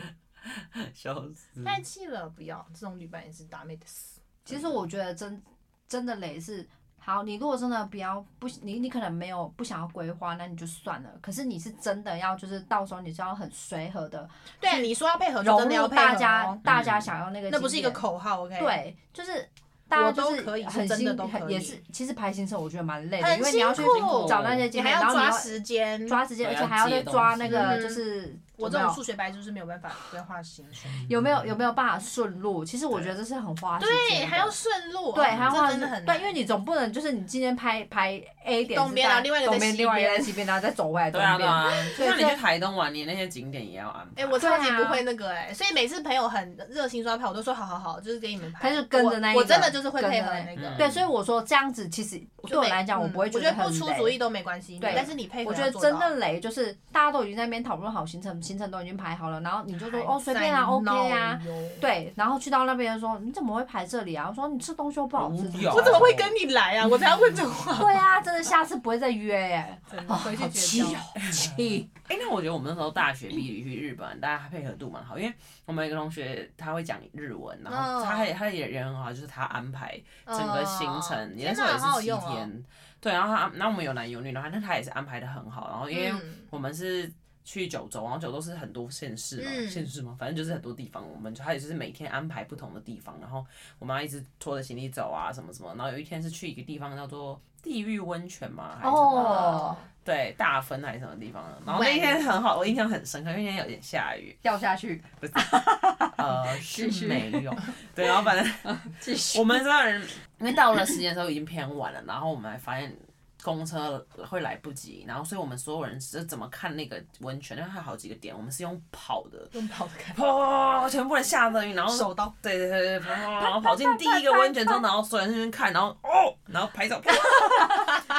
Speaker 3: 笑死。
Speaker 4: 太气了！不要这种旅伴也是打妹的死。
Speaker 2: 其实我觉得真真的累是好，你如果真的不要不，你你可能没有不想要规划，那你就算了。可是你是真的要，就是到时候你是要很随和的
Speaker 4: 对，你说要配合，就
Speaker 2: 融
Speaker 4: 真的要
Speaker 2: 入
Speaker 4: 配合、
Speaker 2: 大家，
Speaker 4: 哦，
Speaker 2: 大家想要那个、
Speaker 4: 那不是一个。口号，OK？，
Speaker 2: 对，就是大家
Speaker 4: 我都
Speaker 2: 就是
Speaker 4: 可以是
Speaker 2: 很
Speaker 4: 真的
Speaker 2: 辛
Speaker 4: 都可
Speaker 2: 很也
Speaker 4: 以
Speaker 2: 是，其实排行程我觉得蛮累的，
Speaker 4: 很
Speaker 2: 因为你要去
Speaker 4: 辛苦
Speaker 2: 找那些
Speaker 4: 你
Speaker 2: 景
Speaker 4: 还
Speaker 2: 点，然
Speaker 4: 要
Speaker 2: 后你
Speaker 4: 抓
Speaker 2: 要
Speaker 4: 时间。
Speaker 2: 抓时间，
Speaker 3: 还
Speaker 2: 而
Speaker 3: 要
Speaker 2: 且还要
Speaker 3: 借
Speaker 2: 再
Speaker 3: 东
Speaker 2: 抓
Speaker 3: 西
Speaker 2: 那个
Speaker 4: 嗯
Speaker 2: 就是
Speaker 4: 我
Speaker 2: 有没
Speaker 4: 这
Speaker 2: 有
Speaker 4: 种数学白就是没有办法规划行程。
Speaker 2: 有没有有没有办法顺路？其实我觉得这是很花时间
Speaker 4: 对，
Speaker 2: 的
Speaker 4: 还要顺路，
Speaker 2: 对，
Speaker 4: 哦
Speaker 2: 还要
Speaker 4: 这
Speaker 2: 花
Speaker 4: 真的很
Speaker 2: 对，
Speaker 4: 难
Speaker 2: 因为你总不能就是你今天拍拍 A 点
Speaker 4: 东
Speaker 2: 是
Speaker 4: 边然后
Speaker 2: 在
Speaker 4: 另外一个
Speaker 2: 东
Speaker 4: 在
Speaker 2: 边，
Speaker 4: 西
Speaker 2: 另外一个在
Speaker 4: 边
Speaker 2: 西边，然后再走回来东
Speaker 3: 对啊对
Speaker 2: 边。
Speaker 3: 啊，就像你
Speaker 2: 所以
Speaker 3: 去台东玩，你那些景点也要安排。
Speaker 4: 哎、我超级
Speaker 2: 对啊
Speaker 4: 不会那个哎、所以每次朋友很热心说要拍，我都说好好好，就是给你们拍。
Speaker 2: 他就跟着那一
Speaker 4: 我，我
Speaker 2: 个
Speaker 4: 真的就是会配合
Speaker 2: 跟着
Speaker 4: 那个。
Speaker 3: 嗯
Speaker 2: 对，所以我说这样子其实对
Speaker 4: 就
Speaker 2: 我
Speaker 4: 每
Speaker 2: 来讲，我
Speaker 4: 嗯
Speaker 2: 不会
Speaker 4: 我
Speaker 2: 得
Speaker 4: 不
Speaker 2: 很
Speaker 4: 出主
Speaker 2: 累。
Speaker 4: 意都没关系，
Speaker 2: 对
Speaker 4: 但是你配合
Speaker 2: 我觉
Speaker 4: 要
Speaker 2: 得
Speaker 4: 做
Speaker 2: 真
Speaker 4: 到，
Speaker 2: 的累，就是大家都已经在那边讨论好行程，行程都已经排好了，然后你就说
Speaker 4: 哎
Speaker 2: 哦随便啊，OK 啊，，对，然后去到那边说你怎么会排这里啊？我说你吃东西又不好
Speaker 3: 无
Speaker 2: 吃，
Speaker 3: 聊
Speaker 4: 我怎么会跟你来啊？我才要问这 种话，
Speaker 2: 对啊，真的下次不会再约耶，
Speaker 4: 真的回 去
Speaker 2: 气
Speaker 4: 绝
Speaker 2: 哦
Speaker 4: 交。，
Speaker 2: 气，
Speaker 3: 哎、那我觉得我们那时候大学毕业去日本，大家配合度蛮好，因为我们有一个同学他会讲日文，然后
Speaker 4: 嗯
Speaker 3: 他也他也人很好，就是他安排整个行程，你那
Speaker 4: 呃天
Speaker 3: 时候
Speaker 4: 哪好
Speaker 3: 也是
Speaker 4: 好
Speaker 3: 七
Speaker 4: 用哦
Speaker 3: 天，对，然后他然后我们有男有女，然后但他也是安排的很好，然后因为
Speaker 4: 嗯
Speaker 3: 我们是去九州，然后九州是很多县市嘛，
Speaker 4: 嗯
Speaker 3: 县、市嘛，反正就是很多地方。我们就他也就是每天安排不同的地方，然后我妈一直拖着行李走啊，什么什么。然后有一天是去一个地方叫做地狱温泉嘛，还是什么的
Speaker 2: 哦，
Speaker 3: 对，大分还是什么地方的。然后那天很好，我印象很深刻，因为那天有点下雨，
Speaker 2: 掉下去，
Speaker 3: 呃，是
Speaker 2: 继续
Speaker 3: 没有。对，然后反正
Speaker 2: 继续。
Speaker 3: 我们这样人，因为到了时间的时候已经偏晚了，然后我们还发现。公车会来不及，然后所以我们所有人是怎么看那个温泉？因为它有好几个点，我们是用跑的，
Speaker 4: 用跑的看，
Speaker 3: 砰！全部人下着雨，然后
Speaker 4: 手刀，
Speaker 3: 对对对对，砰然后跑进第一个温泉村，然后所有人在那边看，然后哦，然后拍照片，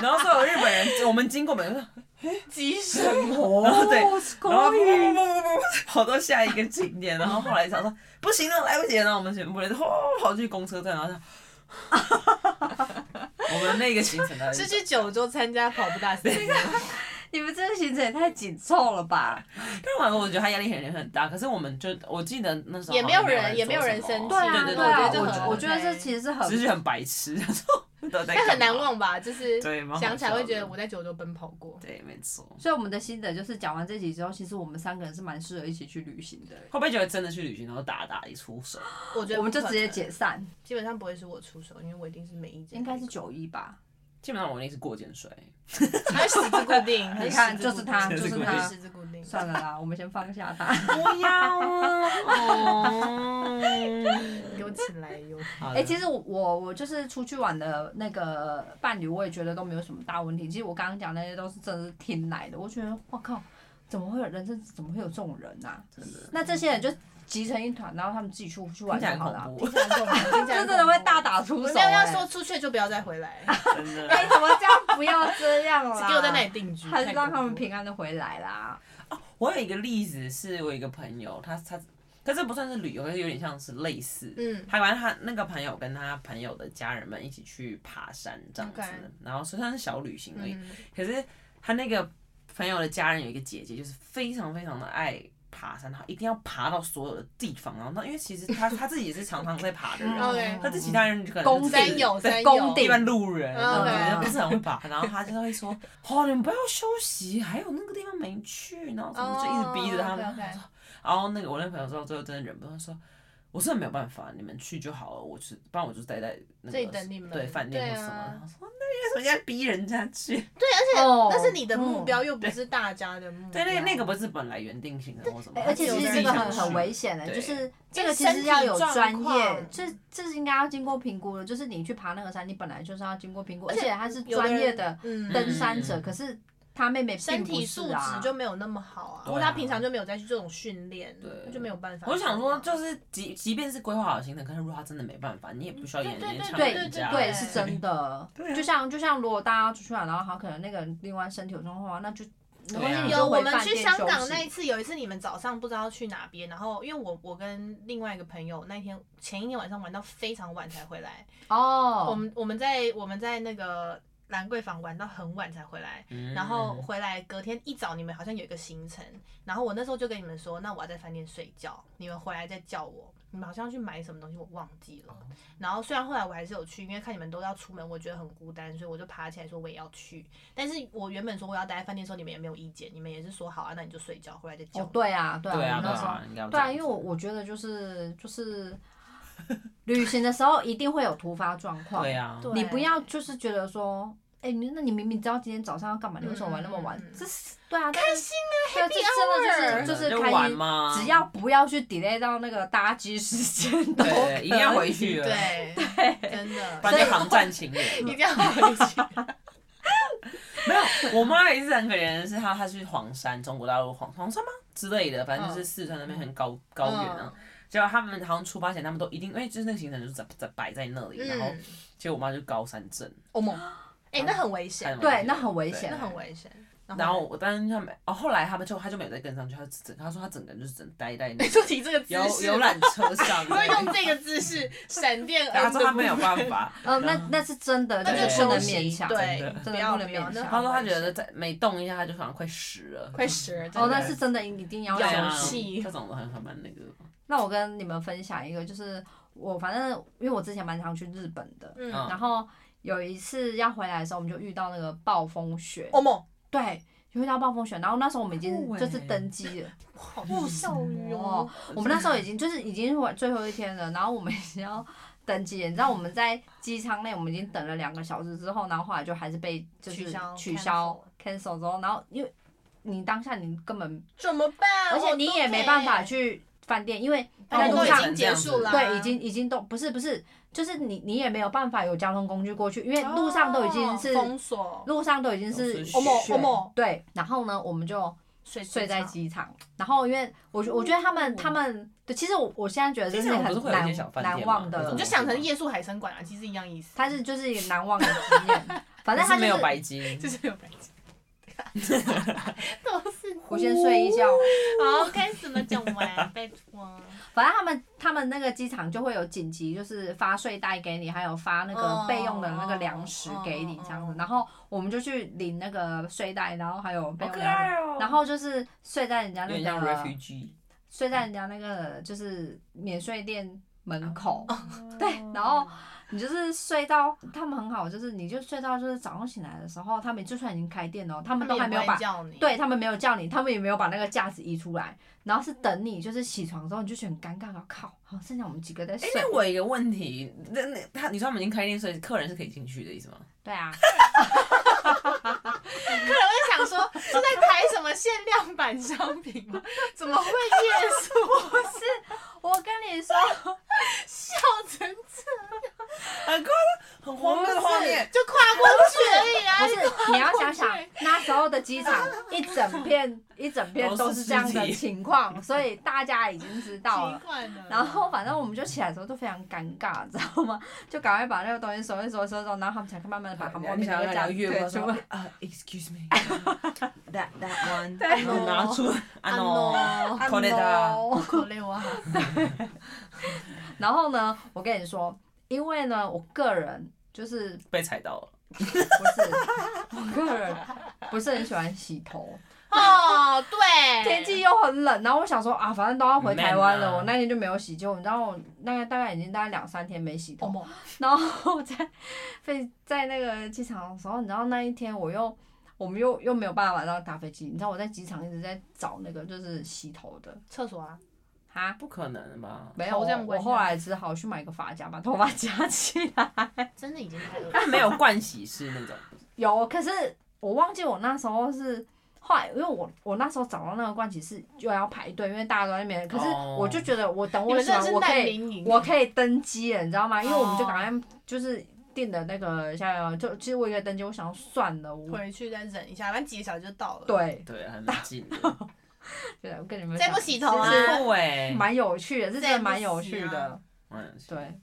Speaker 3: 然后所有日本人，我们经过每个人说，
Speaker 4: 急 什
Speaker 3: 然后
Speaker 2: 哦，
Speaker 3: 对，然后不
Speaker 2: 可
Speaker 3: 不不不不，跑到下一个景点，然后后来想说不行了，来不及了，然后我们全部人哦跑去公车站，然后就。我们那个行程的
Speaker 4: 是去九州参加跑步大 赛，
Speaker 2: 你们这个行程也太紧凑了吧？
Speaker 3: 但我觉得他压力很很大，可是我们就我记得那时候
Speaker 4: 也没有人
Speaker 3: 好像
Speaker 4: 也没有人
Speaker 3: 做什么
Speaker 4: 生气
Speaker 2: 啊，
Speaker 3: 对
Speaker 4: 对
Speaker 2: 对
Speaker 4: 我觉
Speaker 2: 啊
Speaker 4: 得，这很
Speaker 2: 我我觉得
Speaker 4: OK
Speaker 2: 这其实是很
Speaker 3: 只是很白痴，都在
Speaker 4: 但很难
Speaker 3: 干嘛
Speaker 4: 忘吧？就是
Speaker 3: 对，蛮好
Speaker 4: 想起来会
Speaker 3: 笑的
Speaker 4: 觉得我在九州奔跑过。
Speaker 3: 对，没错。
Speaker 2: 所以我们的心得就是讲完这集之后，其实我们三个人是蛮适合一起去旅行的。
Speaker 3: 会不会觉得真的去旅行，然后打打一出手？
Speaker 4: 我觉得
Speaker 2: 我们
Speaker 4: 不
Speaker 2: 就
Speaker 4: 可
Speaker 2: 直接
Speaker 4: 能
Speaker 2: 解散，
Speaker 4: 基本上不会是我出手，因为我一定是没意见。
Speaker 2: 应该是九一吧？
Speaker 3: 基本上我那是过肩摔，
Speaker 4: 他十字固 定，
Speaker 2: 你看就是他
Speaker 3: 就是他
Speaker 4: 十字固定。
Speaker 2: 算了啦，我们先放下他。
Speaker 3: 不要哦。
Speaker 4: 有起来有。
Speaker 3: 哎
Speaker 2: 哎、其实我我我就是出去玩的那个伴侣，我也觉得都没有什么大问题。其实我刚刚讲那些都是真的是听来的，我觉得我靠，怎么会有人生怎么会有这种人啊？
Speaker 3: 真的。
Speaker 2: 那这些人就集成一团，然后他们自己去去玩
Speaker 3: 听起来
Speaker 2: 就
Speaker 3: 很
Speaker 2: 好了啊
Speaker 3: 恐，怖
Speaker 1: 听，起来很恐怖，听
Speaker 2: 就
Speaker 1: 起来
Speaker 2: 真
Speaker 1: 很
Speaker 2: 的会
Speaker 1: 恐怖
Speaker 2: 大。打出
Speaker 4: 我
Speaker 2: 手、
Speaker 4: 没有要
Speaker 2: 欸
Speaker 4: 说出去就不要再回来，
Speaker 3: 真的。
Speaker 2: 哎、怎么这样？不要这样啦！
Speaker 4: 只给我在那里定居，
Speaker 2: 还是
Speaker 4: 太恐
Speaker 2: 让
Speaker 4: 怖
Speaker 2: 他们平安的回来啦。
Speaker 3: 我有一个例子，是我有一个朋友，他他，可是不算是旅游，可是有点像是类似。
Speaker 4: 嗯
Speaker 3: 还完他那个朋友跟他朋友的家人们一起去爬山这样子
Speaker 4: OK
Speaker 3: 然后虽然是小旅行而已，
Speaker 4: 嗯，
Speaker 3: 可是他那个朋友的家人有一个姐姐，就是非常非常的爱爬山，她一定要爬到所有的地方。然后那因为其实他他自己也是常常在爬的人，
Speaker 4: OK
Speaker 3: 但是其他人可能
Speaker 2: 嗯公
Speaker 3: 就是
Speaker 4: 哦山友
Speaker 3: 对
Speaker 4: 山
Speaker 2: 公
Speaker 4: 友
Speaker 2: 地
Speaker 3: 一般路人，
Speaker 4: 嗯
Speaker 3: 然后
Speaker 2: OK
Speaker 3: 不是很会爬，然后他就会说：“哦，你们不要休息，还有那个地方没去，然后什么就一直逼着他们。
Speaker 4: 哦，OK，OK
Speaker 3: 然后那个我那朋友说，最后真的忍不住他说：“我真的没有办法，你们去就好了，我去，不然我就待在那
Speaker 4: 自己
Speaker 3: 个
Speaker 4: 等你们
Speaker 3: 对饭店或
Speaker 4: 对
Speaker 3: 什
Speaker 4: 啊
Speaker 3: 么。然后说：“那为什么要逼人家去？
Speaker 2: 哦
Speaker 4: 但是你的目标又不是大家的目标，
Speaker 3: 对，
Speaker 2: 嗯
Speaker 3: 那那个不是本来原定型的或什么，
Speaker 2: 哎啊而且
Speaker 3: 他
Speaker 2: 其
Speaker 3: 是
Speaker 2: 实
Speaker 3: 自
Speaker 2: 这
Speaker 3: 己
Speaker 2: 个
Speaker 3: 想
Speaker 2: 很
Speaker 3: 去
Speaker 2: 很危险的、
Speaker 3: 对
Speaker 2: 就是这个
Speaker 4: 因为
Speaker 2: 其实要有专
Speaker 4: 身体状
Speaker 2: 业，
Speaker 4: 况
Speaker 2: 这这是应该要经过评估的。就是你去爬那个山，你本来就是要经过评估，而
Speaker 4: 而且
Speaker 2: 且他是
Speaker 4: 有的
Speaker 2: 专业
Speaker 4: 人
Speaker 2: 的
Speaker 4: 嗯
Speaker 2: 登山者，
Speaker 3: 嗯
Speaker 2: 可是他妹妹并
Speaker 4: 身
Speaker 2: 不
Speaker 4: 体
Speaker 2: 是
Speaker 4: 素
Speaker 2: 啊
Speaker 4: 质就没有那么好啊，
Speaker 3: 对啊
Speaker 4: 或者他平常就没有再去这种训练，
Speaker 3: 对
Speaker 4: 那就没有办法。
Speaker 3: 我想说，就是即即便是规划好行程，可是如果他真的没办法，你也不需要演
Speaker 4: 对对
Speaker 3: 演
Speaker 4: 对
Speaker 3: 唱
Speaker 2: 嗯对
Speaker 3: 人家。嗯
Speaker 2: 对，是真的。
Speaker 3: 对啊
Speaker 2: 就像就像如果大家出去玩，然后好可能那个人另外身体有状况，那就没关系，
Speaker 3: 对啊
Speaker 2: 你
Speaker 4: 有
Speaker 2: 就
Speaker 4: 我
Speaker 2: 回
Speaker 4: 们
Speaker 2: 饭
Speaker 4: 去
Speaker 2: 店
Speaker 4: 香
Speaker 2: 休
Speaker 4: 港
Speaker 2: 息
Speaker 4: 那一次，有一次你们早上不知道去哪边，然后因为我我跟另外一个朋友那一天前一天晚上玩到非常晚才回来，
Speaker 2: 哦，
Speaker 4: 我们我们在我们在那个兰桂坊玩到很晚才回来，
Speaker 3: 嗯
Speaker 4: 然后回来隔天一早你们好像有一个行程，然后我那时候就跟你们说，那我要在饭店睡觉，你们回来再叫我。你们好像去买什么东西，我忘记
Speaker 3: 哦
Speaker 4: 了。然后虽然后来我还是有去，因为看你们都要出门，我觉得很孤单，所以我就爬起来说我也要去。但是我原本说我要待在饭店的时候，你们也没有意见，你们也是说好啊，那你就睡觉，回来再叫
Speaker 2: 哦
Speaker 4: 我。，
Speaker 2: 对啊，对啊，
Speaker 3: 对啊
Speaker 2: 我们
Speaker 3: 对
Speaker 2: 那时候
Speaker 3: 啊，应该要这
Speaker 2: 对啊，
Speaker 3: 样
Speaker 2: 因为
Speaker 3: 子
Speaker 2: 我我觉得就是 就是，旅行的时候一定会有突发状况，
Speaker 3: 对啊，
Speaker 4: 对
Speaker 2: 你不要就是觉得说，哎、你那你明明知道今天早上要干嘛，你为什么玩那么晚？
Speaker 4: 嗯嗯嗯
Speaker 2: 这是对啊，开心啊对啊，
Speaker 3: 真
Speaker 2: 这真的
Speaker 3: 的
Speaker 2: 就是
Speaker 3: 就
Speaker 2: 开
Speaker 3: 玩
Speaker 2: 心，
Speaker 3: 嘛，
Speaker 2: 只要不要去 delay 到那个搭机 时间都
Speaker 3: 对，一定要回去了，，
Speaker 4: 对，真的
Speaker 3: 不，然就航站情
Speaker 4: 一
Speaker 3: 缘。
Speaker 4: 定要回去。
Speaker 3: 没有，我妈也是很可怜的是，她她去黄山，中国大陆黄黄山吗之类的，反正
Speaker 2: 嗯
Speaker 3: 就是四川那边很高高原啊。结果他们好像出发前，他们都一定，因为就是那个行程就是在在摆在那里， 然后
Speaker 4: 嗯，
Speaker 3: 结果我妈就高山症，
Speaker 4: 欧盟，哎，那很危险，
Speaker 2: 对那很危险啊
Speaker 4: 那很危险。
Speaker 3: 然后我，但是他没，哦，后来他们就他就没有再跟上去，他就整他说他整个人就是整个呆在那
Speaker 4: 你说提这个姿
Speaker 3: 游
Speaker 4: 势，
Speaker 3: 游览车上，
Speaker 4: 不会用这个姿势闪电
Speaker 3: 他
Speaker 4: 恩
Speaker 3: 说他没有
Speaker 4: 的，
Speaker 3: 办法，
Speaker 2: 呃，那
Speaker 3: 嗯
Speaker 2: 那是真的，
Speaker 4: 那
Speaker 3: 就
Speaker 2: 就是不能
Speaker 3: 休息
Speaker 2: 勉强。
Speaker 4: 对
Speaker 3: 真的，
Speaker 2: 真
Speaker 4: 不
Speaker 2: 的
Speaker 4: 要
Speaker 2: 不
Speaker 4: 不
Speaker 2: 能
Speaker 4: 要，
Speaker 2: 勉
Speaker 4: 那
Speaker 2: 强
Speaker 3: 他
Speaker 4: 好
Speaker 3: 说他
Speaker 4: 危
Speaker 3: 觉
Speaker 4: 险
Speaker 3: 得在每动一下他就好像快死了，
Speaker 4: 快十了，
Speaker 2: 哦，
Speaker 4: 真
Speaker 2: 那
Speaker 4: 的
Speaker 2: 是真的一定要
Speaker 4: 咬
Speaker 3: 对
Speaker 2: 休
Speaker 3: 啊
Speaker 2: 息。
Speaker 4: 气
Speaker 3: 这种的很很蛮那个，
Speaker 2: 那我跟你们分享一个，就是我反正因为我之前蛮常去日本的，
Speaker 4: 嗯，
Speaker 3: 嗯，
Speaker 2: 然后有一次要回来的时候，我们就遇到那个暴风雪，
Speaker 4: 欧盟
Speaker 2: 对，就遇到暴风雪。然后那时候我们已经
Speaker 3: 酷欸
Speaker 2: 就是登机了，
Speaker 4: 好笑鱼哦，
Speaker 2: 我们那时候已经就是已经晚最后一天了，然后我们已经要登机了。你知道我们在机舱内，我们已经等了两个小时之后，然后后来就还是被就是
Speaker 4: 取消
Speaker 2: 取消 cancel 之后，然后因为你当下你根本，
Speaker 4: 怎么办？
Speaker 2: 而且你也没办法
Speaker 4: 啊我都得，
Speaker 2: 去饭店，因为
Speaker 4: 反
Speaker 2: 在
Speaker 4: 正
Speaker 2: 路
Speaker 4: 都
Speaker 2: 上
Speaker 4: 已经结束了，
Speaker 2: 对，已经已经都不是不是，就是你你也没有办法有交通工具过去，因为路上都已经是、
Speaker 4: 哦封哦锁，
Speaker 2: 路上都已经
Speaker 3: 都
Speaker 2: 哦是
Speaker 3: 是
Speaker 2: 雪
Speaker 3: 欧盟
Speaker 4: 欧盟
Speaker 2: 对，然后呢，我们就
Speaker 4: 睡
Speaker 2: 睡在机场，然后因为我
Speaker 3: 嗯
Speaker 2: 觉我觉得他们他们对，其实我我现在觉得这
Speaker 3: 机场不是
Speaker 2: 很
Speaker 3: 会有一些小
Speaker 2: 难
Speaker 3: 饭店吗
Speaker 2: 难忘的
Speaker 3: 那
Speaker 4: 你
Speaker 3: 种
Speaker 4: 就，想成夜宿海参馆啊，其实一样意思。
Speaker 2: 它是就是一个难忘的经验，反正
Speaker 3: 是
Speaker 2: 它就
Speaker 3: 没有
Speaker 2: 是
Speaker 3: 白金，
Speaker 4: 就是有白痴，都是
Speaker 2: 我先睡一觉，
Speaker 3: 哦
Speaker 4: 好，开始了，讲完，拜托。
Speaker 2: 反正他们他们那个机场就会有紧急，就是发睡袋给你，还有发那
Speaker 3: 嗯
Speaker 2: 个
Speaker 4: 哦
Speaker 2: 备用的那个粮食给你
Speaker 4: 哦
Speaker 2: 这样子
Speaker 4: 哦。
Speaker 2: 然后我们就去领那个睡袋，然后还有备
Speaker 3: 好
Speaker 2: 用
Speaker 3: 可
Speaker 2: 粮食。
Speaker 3: 爱哦，
Speaker 2: 然后就是睡在人家
Speaker 3: 有
Speaker 2: 那
Speaker 3: 点像
Speaker 2: 个
Speaker 3: refugee，
Speaker 2: 睡在人家那个就是免税店门口， 对，然后你就是睡到他们很好，就是你就睡到就是早上醒来的时候，他们就算已经开店哦，他们都还没有把
Speaker 4: 叫你，
Speaker 2: 对他们没有叫你，他们也没有把那个架子移出来，然后是等你就是起床之后，你就觉得很尴尬，然后靠，好剩下我们几个在
Speaker 3: 哎
Speaker 2: 睡，，
Speaker 3: 那我有一个问题，那那他你说他们已经开店，所以客人是可以进去的意思吗？
Speaker 2: 对啊，
Speaker 4: 可能会想说是在拍什么限量版商品 吗？怎么会夜宿？
Speaker 2: 我跟你说，
Speaker 4: 笑成
Speaker 3: 很夸张，很荒谬的画面。
Speaker 4: 就跨过去而已 啊！
Speaker 2: 不是你要想想，那时候的机场一整片一整片都是这样
Speaker 3: 都是
Speaker 2: 的
Speaker 3: 尸体
Speaker 2: 情况，所以大家已经知道了
Speaker 4: 奇。怪的。
Speaker 2: 然后反正我们就起来的时候都非常尴尬，知道吗？ 就赶快把那个东西收一收收一收，然后他们才慢慢的把他们外
Speaker 3: 你
Speaker 2: 面
Speaker 3: 想
Speaker 2: 那
Speaker 3: 要
Speaker 2: 个
Speaker 3: 聊
Speaker 2: 家
Speaker 3: 越过
Speaker 2: 对
Speaker 3: 说
Speaker 2: 出 来。
Speaker 3: 啊，excuse me，that that one，
Speaker 2: 对
Speaker 3: 然后拿出啊 no，
Speaker 2: 啊
Speaker 3: Konnichiwa
Speaker 2: no
Speaker 4: 好累哇！
Speaker 2: 然后呢，我跟你说，因为呢，我个人就是
Speaker 3: 被踩到了，
Speaker 2: 不是，我个人不是很喜欢洗头，
Speaker 1: 哦，
Speaker 4: 哎
Speaker 1: 对，
Speaker 2: 天气又很冷，然后我想说啊，反正都要回台湾
Speaker 3: 很
Speaker 2: 了，
Speaker 3: 闷啊
Speaker 2: 我那天就没有洗，结果你知道我那个大概已经大概两三天没洗头，
Speaker 4: 哦，
Speaker 2: 然后在飞在那个机场的时候，你知道那一天我又我们又又没有办法晚上搭飞机，你知道我在机场一直在找那个就是洗头的
Speaker 4: 厕所啊，
Speaker 2: 哈。
Speaker 3: 不可能吧？
Speaker 2: 没有，
Speaker 4: 头这样
Speaker 2: 我
Speaker 4: 关
Speaker 2: 后
Speaker 4: 下
Speaker 2: 来只好去买个发夹，把头发夹起 来。
Speaker 1: 真的已经太饿了。
Speaker 3: 但没有盥洗室那种，
Speaker 2: 有，可是我忘记我那时候是后来，因为我我那时候找到那个盥洗室就要排队，因为大家都在那边。可是
Speaker 3: 哦
Speaker 2: 我就觉得我等
Speaker 4: 你
Speaker 2: 我
Speaker 4: 们
Speaker 2: 洗
Speaker 4: 真
Speaker 2: 完，
Speaker 4: 的是
Speaker 2: 我可
Speaker 4: 难
Speaker 2: 以
Speaker 4: 民营，
Speaker 2: 我可以登机了，你知道吗？因为我们就
Speaker 4: 哦
Speaker 2: 赶快就是订的那个像就其实我一个登机，我想要算了，我
Speaker 4: 回去再忍一下，反正几个小时就到了。，
Speaker 2: 对
Speaker 3: 对，还蛮近的，
Speaker 2: 对，我跟你们
Speaker 4: 再
Speaker 2: 讲
Speaker 4: 不洗头啊
Speaker 2: 是
Speaker 3: 很酷哎，
Speaker 2: 蛮有趣的，是真
Speaker 4: 再
Speaker 2: 的
Speaker 4: 不
Speaker 2: 蛮有
Speaker 4: 洗
Speaker 2: 趣
Speaker 4: 啊
Speaker 2: 的，
Speaker 3: 嗯，
Speaker 2: 对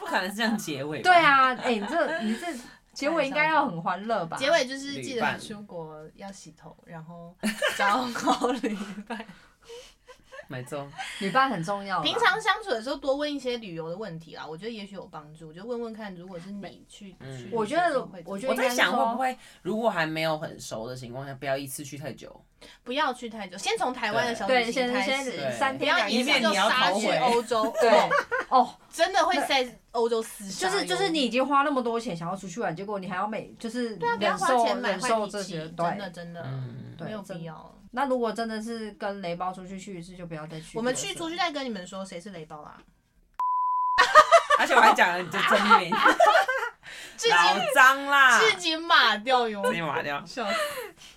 Speaker 3: 不可能是这样结尾吧，
Speaker 2: 对啊，哎，你 这你这结尾应该要很欢乐吧？
Speaker 4: 结尾就是记
Speaker 3: 旅
Speaker 4: 得
Speaker 3: 伴
Speaker 4: 出国要洗头，然后 找好旅伴。
Speaker 3: 没错，
Speaker 2: 旅伴很重要啦，
Speaker 4: 平常相处的时候多问一些旅游的问题啦，我觉得也许有帮助。就问问看，如果是你去，
Speaker 3: 嗯
Speaker 4: 去
Speaker 2: 我觉得
Speaker 4: 旅行会怎么
Speaker 2: 我觉得
Speaker 3: 我
Speaker 2: 应
Speaker 3: 在
Speaker 2: 该
Speaker 3: 想
Speaker 2: 说
Speaker 3: 会不会，如果还没有很熟的情况下，不要一次去太久，
Speaker 4: 不要去太久，先从台湾的小旅
Speaker 2: 对，
Speaker 4: 行
Speaker 2: 先
Speaker 4: 开
Speaker 2: 先
Speaker 4: 始，
Speaker 3: 对
Speaker 2: 三
Speaker 4: 不
Speaker 2: 天
Speaker 4: 要
Speaker 2: 两
Speaker 4: 一
Speaker 2: 夜
Speaker 3: 因为
Speaker 4: 次
Speaker 2: 两
Speaker 4: 就
Speaker 3: 你要
Speaker 4: 杀
Speaker 3: 逃
Speaker 4: 去
Speaker 3: 回
Speaker 4: 欧洲，
Speaker 2: 对哦，
Speaker 4: 真的会在欧洲厮杀
Speaker 2: 就
Speaker 4: 哟。
Speaker 2: 是就是你已经花那么多钱想要出去玩，结果你还要每就是
Speaker 4: 对啊，不要
Speaker 2: 忍
Speaker 4: 花
Speaker 2: 受
Speaker 4: 钱买
Speaker 2: 忍
Speaker 4: 坏
Speaker 2: 受
Speaker 4: 脾
Speaker 2: 这
Speaker 4: 气
Speaker 2: 些，，
Speaker 4: 真
Speaker 2: 对
Speaker 4: 的真的
Speaker 3: 嗯，
Speaker 2: 对
Speaker 4: 没有
Speaker 2: 真
Speaker 4: 必要。
Speaker 2: 那如果真的是跟雷包出去去一次，就不要再去。
Speaker 4: 我们去出去，再跟你们说谁是雷包啊，
Speaker 3: 而且我还讲了你的真 名，
Speaker 4: 至今
Speaker 3: 老张啦，
Speaker 4: 至今马掉哟
Speaker 3: 自，己抹掉，
Speaker 4: 笑死。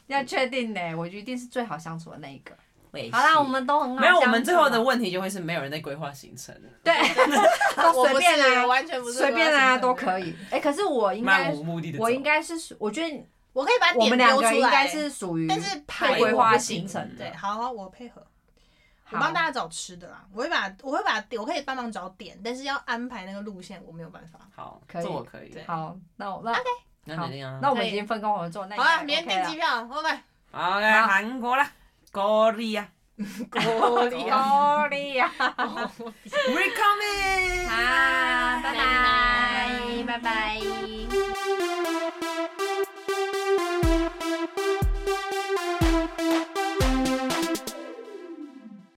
Speaker 2: 要确定呢、我一定是最好相处的那一个。好
Speaker 4: 哎
Speaker 3: 好
Speaker 2: 啦，我们都很好。
Speaker 3: 没有，我们最后的问题就会是没有人在规划行程，
Speaker 2: 对，都
Speaker 4: 我
Speaker 2: 随
Speaker 4: 不
Speaker 2: 便
Speaker 4: 是，我
Speaker 2: 啊，
Speaker 4: 完全不是
Speaker 2: 随便啊都
Speaker 4: 以。
Speaker 2: 可以。哎、可是我应
Speaker 3: 漫
Speaker 2: 该
Speaker 3: 无，目的的，
Speaker 2: 我应该是属，我觉得
Speaker 4: 我可以把
Speaker 2: 我
Speaker 4: 点
Speaker 2: 们两
Speaker 4: 丢
Speaker 2: 个
Speaker 4: 出
Speaker 2: 应该
Speaker 4: 来，
Speaker 2: 是属于
Speaker 4: 但是
Speaker 2: 会
Speaker 4: 排
Speaker 2: 规
Speaker 4: 我
Speaker 2: 划
Speaker 4: 不行
Speaker 2: 行程
Speaker 3: 嗯
Speaker 2: 的
Speaker 4: 对，。好好，我配合，我
Speaker 2: 嗯好
Speaker 4: 帮大家找吃的啦。我会把我会把我可以帮忙找点，但是要安排那个路线，我没有办法。
Speaker 3: 好，
Speaker 2: 可以
Speaker 3: 这我可以，
Speaker 4: 对
Speaker 2: 好，那我那
Speaker 3: 那
Speaker 2: 好
Speaker 3: 决定啊，
Speaker 2: 那我们已经分工合作，那
Speaker 4: 好了，
Speaker 2: 应该
Speaker 4: 明天
Speaker 2: OK
Speaker 4: 订
Speaker 2: 了
Speaker 4: 机票，OK。
Speaker 3: 好，
Speaker 2: 好
Speaker 3: 韩国啦，高丽啊
Speaker 4: 国
Speaker 2: 厉
Speaker 4: 立啊，
Speaker 2: 害，厉害！
Speaker 3: ，We coming，
Speaker 2: 好，拜拜，拜拜。